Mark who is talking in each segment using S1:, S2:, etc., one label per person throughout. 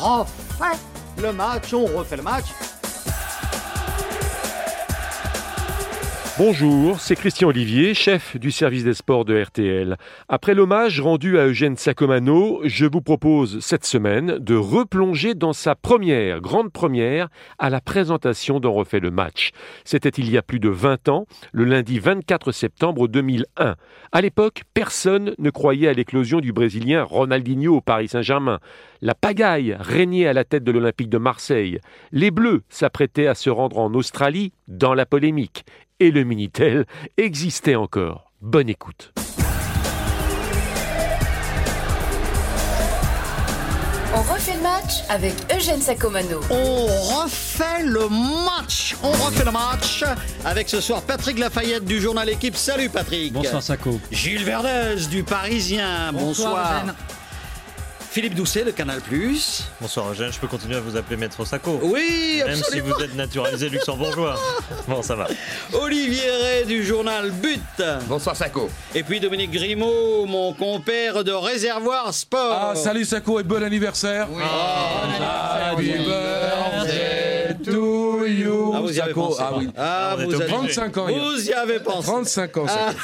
S1: refait le match, on refait le match.
S2: Bonjour, c'est Christian Olivier, chef du service des sports de RTL. Après l'hommage rendu à Eugène Sacomano, je vous propose cette semaine de replonger dans sa première, grande première, à la présentation d'En refait le match. C'était il y a plus de 20 ans, le lundi 24 septembre 2001. À l'époque, personne ne croyait à l'éclosion du Brésilien Ronaldinho au Paris Saint-Germain. La pagaille régnait à la tête de l'Olympique de Marseille. Les Bleus s'apprêtaient à se rendre en Australie dans la polémique et le Minitel existait encore. Bonne écoute.
S3: On refait le match avec Eugène Sacomano.
S1: On refait le match, on refait le match avec ce soir Patrick Lafayette du journal Équipe. Salut Patrick.
S4: Bonsoir Sacco.
S1: Gilles Verdez du Parisien. Bonsoir. Philippe Doucet de Canal+.
S5: Bonsoir Eugène, je peux continuer à vous appeler Maître Sacco
S1: Oui,
S5: Même si
S1: absolument.
S5: vous êtes naturalisé luxembourgeois. Bon, ça va.
S1: Olivier Ray du journal But.
S6: Bonsoir Sacco.
S1: Et puis Dominique Grimaud, mon compère de Réservoir Sport. Ah,
S7: Ah, salut Sako et bon anniversaire. Oui. Happy birthday to you.
S1: Ah, vous y avez
S7: Sacco.
S1: pensé.
S7: Ah oui.
S1: Ah,
S5: on est
S1: vous, avez-
S5: obligé.
S7: 35 ans. hier.
S1: vous y avez pensé.
S7: 35 ans.
S1: Ah.
S7: Sacco.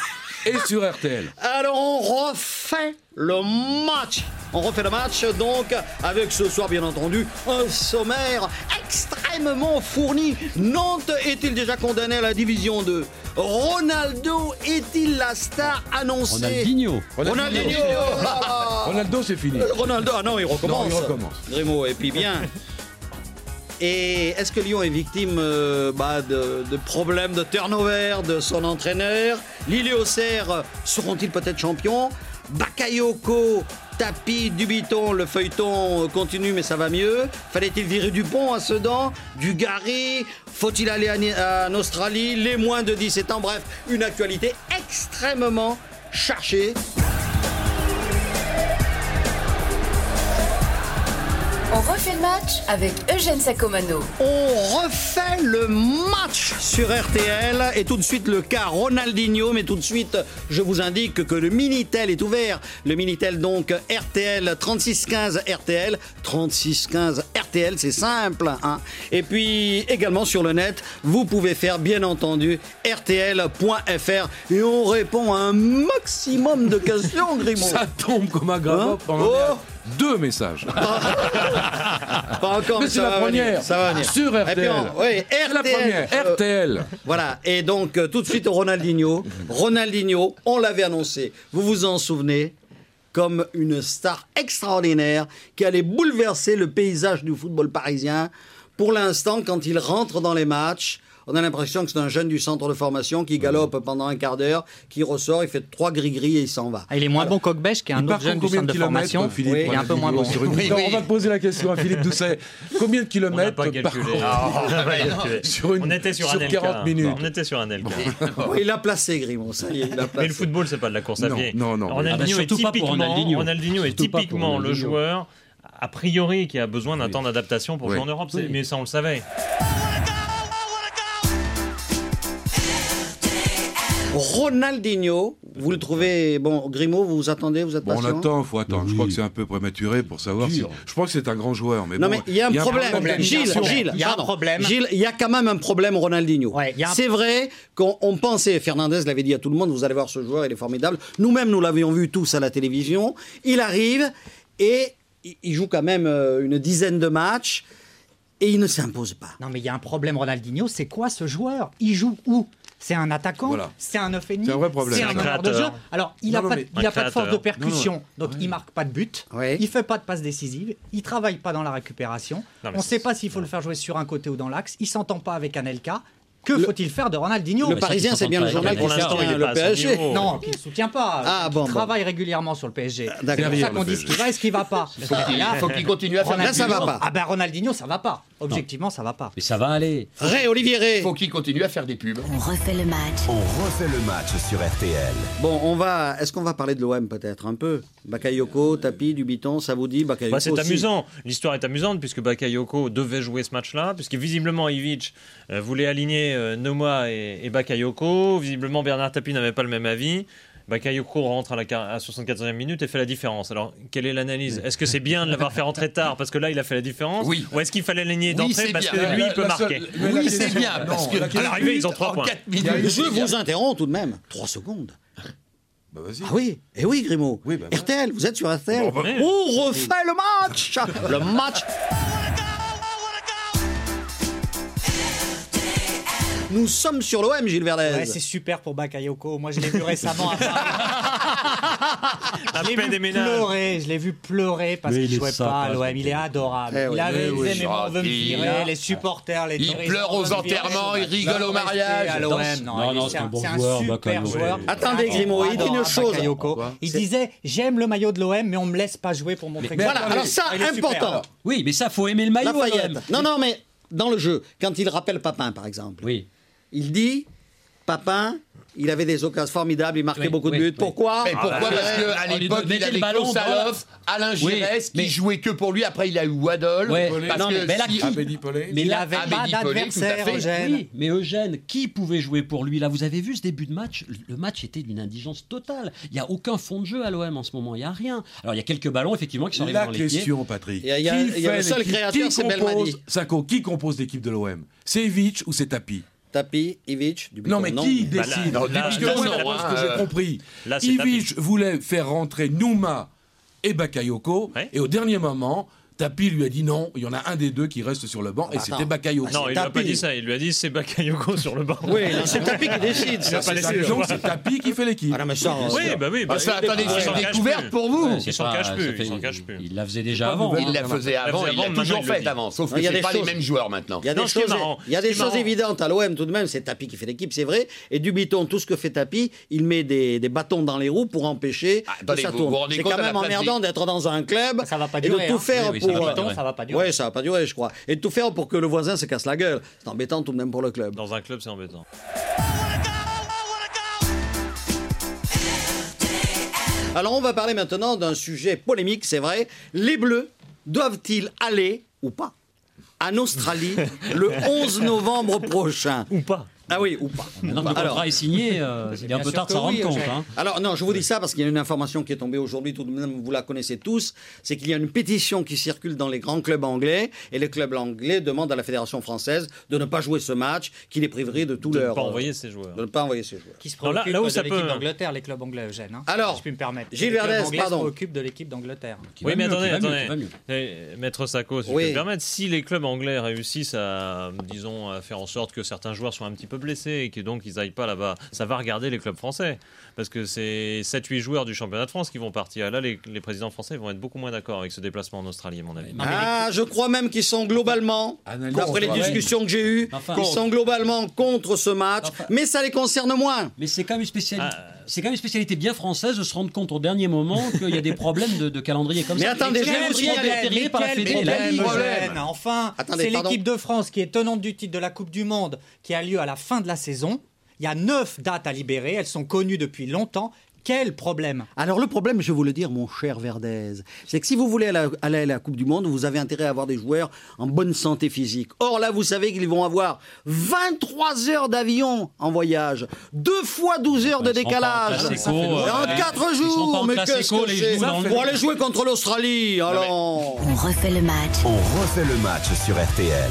S7: Et sur RTL.
S1: Alors on refait le match. On refait le match donc avec ce soir bien entendu un sommaire extrêmement fourni. Nantes est-il déjà condamné à la division 2 Ronaldo est-il la star annoncée
S4: Ronaldinho.
S1: Ronaldinho Ah,
S7: Ronaldo, c'est fini.
S1: Ronaldo, ah non, il recommence.
S7: Non, il recommence.
S1: Grimaud, et puis bien. Et est-ce que Lyon est victime euh, bah, de, de problèmes de turnover de son entraîneur Lille et Auxerre seront-ils peut-être champions Bakayoko, tapis, Dubiton, le feuilleton euh, continue mais ça va mieux. Fallait-il virer Dupont à Sedan Dugarry Faut-il aller à- en Australie Les moins de 17 ans Bref, une actualité extrêmement chargée.
S3: On refait le match avec Eugène Sacomano.
S1: On refait le match sur RTL et tout de suite le cas Ronaldinho, mais tout de suite je vous indique que le Minitel est ouvert. Le Minitel donc RTL 3615 RTL 3615 RTL, c'est simple. hein. Et puis également sur le net, vous pouvez faire bien entendu RTL.fr et on répond à un maximum de questions, Grimaud.
S7: Ça tombe comme un
S1: Hein
S7: gravat pendant
S1: Oh
S7: deux messages.
S1: Pas encore,
S7: Mais
S1: ça
S7: c'est la
S1: va venir,
S7: première.
S1: Ça va venir.
S7: Sur
S1: Et puis
S7: RTL.
S1: on- ouais,
S7: C'est la
S1: RTL.
S7: première. RTL.
S1: Voilà, et donc euh, tout de suite Ronaldinho. Ronaldinho, on l'avait annoncé, vous vous en souvenez, comme une star extraordinaire qui allait bouleverser le paysage du football parisien. Pour l'instant, quand il rentre dans les matchs, on a l'impression que c'est un jeune du centre de formation qui galope pendant un quart d'heure, qui ressort, il fait trois gris-gris et il s'en va.
S8: Ah, il est moins bon qu'Okbesh, qui est un
S7: Il
S8: autre
S7: part
S8: jeune du
S7: combien
S8: centre de
S7: de kilomètres, euh,
S8: formation.
S7: Philippe
S8: Il est un peu moins bon.
S7: Non, On va poser la question à Philippe Doucet. Combien de
S5: On n'a
S7: kilomètres
S5: pas
S7: par
S5: calculé.
S7: contre
S5: on
S4: Ah
S5: n'a pas calculé.
S7: Sur une-
S5: on était sur,
S7: sur
S5: un LK.
S7: 40 minutes.
S5: On était sur un LK.
S1: Il l'a placé, Grimaud, ça y est, il l'a
S5: Ah. Mais
S1: placé.
S5: le football, c'est pas de la course à
S7: Non,
S5: pied.
S7: non, non.
S4: Ah
S5: Ronaldinho
S4: bah
S5: est
S4: surtout pas pour
S5: typiquement,
S4: Ronaldinho.
S5: Ronaldinho est
S4: Surtout pas pour
S5: typiquement le
S4: Ronaldinho.
S5: joueur a priori qui a besoin d'un temps d'adaptation pour
S7: Oui.
S5: jouer en Europe. C'est-
S4: Oui.
S5: Mais ça, on le savait.
S1: Ronaldinho, vous le trouvez, bon, Grimaud, vous vous attendez, vous êtes
S7: Bon, on
S1: patient
S7: attend, faut attendre. Je
S4: Oui.
S7: crois que c'est un peu prématuré pour savoir si.
S4: Dur.
S7: Je crois que c'est un grand joueur, mais
S1: Non,
S7: bon,
S1: mais il y a un problème. Gilles,
S8: d'organisation.
S1: Gilles,
S8: Il y a un
S1: pardon.
S8: problème.
S1: Gilles, il y a quand même un problème, Ronaldinho.
S8: Ouais, il y a un-
S1: C'est vrai qu'on on pensait, Fernandez l'avait dit à tout le monde, vous allez voir ce joueur, il est formidable. Nous-mêmes, nous l'avions vu tous à la télévision. Il arrive et il- il joue quand même euh, une dizaine de matchs et il ne s'impose pas.
S8: Non, mais il y a un problème, Ronaldinho. C'est quoi ce joueur Il joue où C'est un attaquant
S7: Voilà.
S8: C'est un euphémisme
S7: C'est un vrai problème.
S8: C'est
S5: C'est
S8: un
S5: un
S8: meneur de jeu
S5: créateur.
S8: Alors, il
S7: Non,
S8: n'a
S7: non,
S8: pas,
S7: mais-
S8: il
S5: Un
S8: a pas de force de
S5: créateur.
S8: percussion, donc il marque pas de but.
S1: Ouais.
S8: Il fait pas de passe décisive. Il travaille pas dans la récupération.
S5: Non, mais
S8: On ne
S5: c'est-
S8: sait pas s'il faut le faire jouer sur un côté ou dans l'axe. Il s'entend pas avec Anelka. Que faut-il faire de Ronaldinho
S1: Le Parisien, c'est bien le journal qui
S5: Pour l'instant,
S1: soutient
S5: il est
S1: le
S5: pas à son
S1: PSG.
S5: niveau.
S8: Non, qu'il ne soutient pas.
S1: Ah,
S8: qui
S1: bon, bon.
S8: travaille régulièrement sur le PSG.
S1: d'accord.
S8: C'est pour ça
S7: Derrière
S8: qu'on
S7: le
S8: dit ce qui va et ce qui va pas. Là,
S6: Faut qu'il continue à faire
S1: Là, ça va
S6: des-
S1: pas.
S8: Ah ben Ronaldinho, ça va pas. Objectivement, ça va pas.
S4: Mais ça va aller.
S1: Ray, Olivier Ray.
S6: Faut qu'il continue à faire des pubs.
S3: On refait le match.
S9: On refait le match sur RTL.
S1: Bon, on va. Est-ce qu'on va parler de l'OM peut-être un peu Bakayoko, Tapi, Dubiton, ça vous dit Bakayoko
S5: Bah, c'est
S1: aussi.
S5: amusant. L'histoire est amusante puisque Bakayoko devait jouer ce match-là, puisque visiblement Ivic euh, voulait aligner euh, Noma et, et Bakayoko. Visiblement Bernard Tapie n'avait pas le même avis. Bakayoko rentre à la quar- à 74e minute et fait la différence. Alors, quelle est l'analyse Est-ce que c'est bien de l'avoir fait rentrer tard parce que là, il a fait la différence
S6: Oui.
S5: Ou est-ce qu'il fallait l'aligner
S6: Oui,
S5: d'entrée
S6: c'est
S5: parce
S6: bien.
S5: que lui, il peut
S7: La seule-
S5: marquer
S7: mais la
S6: Oui, c'est
S7: question-
S6: bien,
S7: non,
S6: parce que
S7: la question-
S5: à l'arrivée, ils ont trois points.
S6: En 4 minutes,
S1: Je
S6: c'est bien.
S1: vous interromps tout de même. Trois secondes.
S7: Bah, vas-y.
S1: Ah oui, et oui, Grimaud.
S7: Oui, bah, voilà.
S1: RTL, vous êtes sur RTL.
S5: bah,
S1: On refait le match Le match Nous sommes sur l'OM, Gilles Verdez.
S8: Ouais, c'est super pour Bakayoko. Moi, je l'ai vu récemment à Paris.
S5: La
S8: Je l'ai
S5: paix
S8: vu
S5: des ménages.
S8: pleurer. Je l'ai vu pleurer parce
S4: Mais
S8: qu'il
S4: il est
S8: jouait pas
S4: sympa,
S8: à
S4: ce
S8: l'OM. Il est adorable.
S1: Eh oui.
S8: Il avait
S6: Eh oui,
S8: dit, mais moi, on veut me
S6: gentil.
S8: virer. Les supporters, les
S6: Il
S8: touristes,
S6: pleure
S8: on veut
S6: aux
S8: me virer.
S6: enterrements, il rigole
S8: Non,
S6: au
S8: on va rester
S6: mariage.
S8: à l'OM.
S4: Non,
S8: il est-
S4: non,
S8: c'est
S4: c'est
S8: un,
S4: un bon
S8: c'est un
S4: joueur,
S8: super
S4: Bakayoko.
S8: joueur.
S4: Ouais.
S1: Attendez,
S8: Un
S1: Grimaud, il dit
S8: adorable,
S1: une chose.
S8: Bakayoko. Il disait, j'aime le maillot de l'OM, mais on me laisse pas jouer pour montrer que
S1: Voilà, alors ça,
S8: Il est super.
S1: important.
S4: Oui, mais ça, faut aimer le maillot.
S1: Lafayette.
S4: quand même.
S1: Non, non, mais dans le jeu, quand il rappelle Papin, par exemple,
S4: Oui.
S1: il dit Papin, il avait des occasions formidables, il marquait
S4: Oui,
S1: beaucoup de
S4: oui,
S1: buts.
S4: oui.
S1: Pourquoi
S6: Mais pourquoi
S1: Parce que-
S6: Parce qu'à
S4: on lui
S6: l'époque,
S4: donnait
S6: il
S4: le
S6: avait
S4: ballon
S6: Klaus
S4: dans la-
S6: Salof, Alain
S4: Oui,
S6: Giresse,
S4: mais-
S6: qui jouait que pour lui. Après, il a eu Waddle.
S4: Ouais.
S6: Parce
S4: Non,
S6: que
S4: mais là,
S6: si-
S4: qui-
S6: Ah, mais-
S7: Polé.
S4: Mais
S8: Il
S4: là,
S8: avait
S6: Abedi
S8: pas
S6: Pelé, tout à
S8: d'adversaire,
S6: fait.
S8: Eugène.
S4: Oui, mais Eugène, qui pouvait jouer pour lui Là, vous avez vu ce début de match Le- Le match était d'une indigence totale. Il n'y a aucun fond de jeu à l'OM en ce moment. Il n'y a rien. Alors, il y a quelques ballons, effectivement, qui sont arrivés
S7: La
S4: dans les pieds.
S7: question, Patrick.
S1: Il y a- il y a-
S7: Qui
S1: il y a le
S7: fait
S1: seul
S7: l'équipe
S1: créateur,
S7: Qui
S1: c'est
S7: compose-
S1: Belmadi.
S7: Cinco, qui compose l'équipe de l'OM C'est Evitch ou c'est Tapi
S1: Tapi, Ivic, Dubuisson,
S7: Non, mais qui
S5: Bah,
S7: décide
S5: là- là-
S7: Parce que
S5: là,
S7: moi,
S5: non,
S7: d'abord, ce
S6: hein,
S7: que
S6: euh,
S7: j'ai compris,
S5: là, c'est
S7: Ivic voulait faire rentrer Nouma et Bakayoko,
S5: Ouais.
S7: et au dernier moment, Tapi lui a dit non, il y en a un des deux qui reste sur le banc, et
S1: Bah,
S7: c'était
S1: attends.
S7: Bakayoko.
S5: Ah, Non, il lui a pas dit ça. Il lui a dit c'est Bakayoko sur le banc.
S1: Oui, non, c'est Tapi qui décide. ça.
S5: a pas
S7: C'est
S5: laissé.
S7: ça, Donc c'est Tapi qui fait l'équipe.
S1: Ah non, mais ça, on-
S5: Oui, bah oui. bah,
S6: Parce que, Ah, attendez,
S5: il
S6: c'est
S5: s'en
S6: une
S5: cache
S6: découverte
S5: plus.
S6: pour vous.
S5: Il s'en cache plus, il s'en cache plus.
S4: Il la faisait déjà avant.
S6: Il la faisait avant,
S5: faisait
S6: il
S5: avant,
S6: l'a
S5: maintenant,
S6: toujours
S5: il le
S6: faite
S5: dit.
S6: avant. Sauf
S1: Non,
S6: que
S1: il y a
S6: c'est
S1: des
S6: pas les
S1: choses.
S6: mêmes joueurs maintenant.
S1: Il y a des
S5: Non, ce qui est
S1: choses,
S5: marrant,
S1: il y a
S5: ce qui
S1: des
S5: est
S1: choses
S5: marrant.
S1: évidentes à l'OM tout de même, c'est Tapi qui fait l'équipe, c'est vrai. Et Dubiton, tout ce que fait Tapi, il met des, des bâtons dans les roues pour empêcher
S6: Ah, attendez,
S1: que ça
S6: vous
S1: tourne.
S6: vous rendez
S1: c'est
S6: compte
S1: quand
S6: à la
S1: même
S6: place
S1: emmerdant
S6: des-
S1: d'être dans un club
S8: Ça va pas
S1: et de
S8: durer,
S1: tout
S8: hein.
S1: faire
S4: Oui, oui, ça
S1: pour.
S4: va pas
S8: Pourtant, ça va pas durer.
S1: Ouais, ça va pas durer, je crois. Et de tout faire pour que le voisin se casse la gueule. C'est embêtant tout de même pour le club.
S5: Dans un club, c'est embêtant.
S1: Alors on va parler maintenant d'un sujet polémique, c'est vrai. Les Bleus doivent-ils aller ou pas en Australie le 11 novembre prochain
S5: Ou pas.
S1: Ah oui, ou pas.
S4: Maintenant que le
S1: Alors-
S4: contrat est signé, euh, il est un
S8: Bien
S4: peu
S8: sûr
S4: tard de
S8: que
S4: s'en rendre
S8: oui,
S4: compte.
S8: Eugène.
S4: hein.
S1: Alors non, je vous dis ça parce qu'il y a une information qui est tombée aujourd'hui, tout de même, vous la connaissez tous, c'est qu'il y a une pétition qui circule dans les grands clubs anglais et les clubs anglais demandent à la fédération française de ne pas jouer ce match, qui les priverait de tout
S5: De ne
S1: leur
S5: pas envoyer
S1: euh,
S5: ses
S1: de
S5: joueurs.
S1: ne pas envoyer ses joueurs.
S8: qui se
S5: Non, là-
S8: préoccupent
S5: là où
S8: de
S5: ça
S8: l'équipe
S5: peut-
S8: d'Angleterre, les clubs anglais, Eugène. hein.
S1: Alors,
S8: si je puis me permettre.
S1: Gilles
S8: Les clubs
S1: Verdez,
S8: anglais
S1: pardon.
S8: se préoccupent de l'équipe d'Angleterre.
S4: Qui
S5: Oui,
S4: va
S5: mais
S4: mieux, qui
S5: attendez,
S4: va mieux, qui va
S5: attendez.
S4: mieux.
S5: Eh, Maître Sacco, si
S1: Oui.
S5: je peux me permettre, si les clubs anglais réussissent à, disons, à faire en sorte que certains joueurs soient un petit peu blessés et que donc ils aillent pas là-bas, ça va regarder les clubs français. Parce que c'est 7-8 joueurs du championnat de France qui vont partir. Là, les, les présidents français vont être beaucoup moins d'accord avec ce déplacement en Australie, à mon avis.
S1: Ah, je crois même qu'ils sont globalement,
S7: Analyse
S1: après les
S7: contre-
S1: discussions que j'ai eues,
S4: Enfin,
S1: ils
S4: contre.
S1: sont globalement contre ce match,
S4: Enfin.
S1: mais ça les concerne moins.
S4: Mais c'est quand même une spécialité.
S5: Ah.
S4: C'est quand même une spécialité bien française de se rendre compte au dernier moment qu'il y a des problèmes de, de calendrier comme
S1: Mais
S4: ça.
S1: attendez,
S4: Et
S1: j'ai
S4: quel
S1: compris,
S4: problème
S1: Alain,
S4: atterri
S8: mais
S4: par la
S8: quel
S4: Fédé, la
S8: problème,
S4: Ligue.
S8: Eugène. Enfin,
S1: Attendez,
S8: c'est
S1: pardon.
S8: l'équipe de France qui est tenante du titre de la Coupe du Monde qui a lieu à la fin de la saison. Il y a neuf dates à libérer, elles sont connues depuis longtemps. Quel problème
S1: Alors le problème, je vais vous le dire, mon cher Verdez, c'est que si vous voulez aller à la- aller à la Coupe du Monde, vous avez intérêt à avoir des joueurs en bonne santé physique. Or là, vous savez qu'ils vont avoir 23 heures d'avion en voyage, deux fois 12 heures de
S4: Ils sont pas en
S1: décalage,
S4: classico,
S1: Et en
S4: euh,
S1: 4
S4: ils sont pas
S1: jours,
S4: en
S1: mais
S4: classico,
S1: qu'est-ce que
S4: les
S1: c'est
S4: genoux dans le-
S1: Pour aller jouer contre l'Australie, alors...
S3: On refait le match.
S9: On refait le match sur RTL.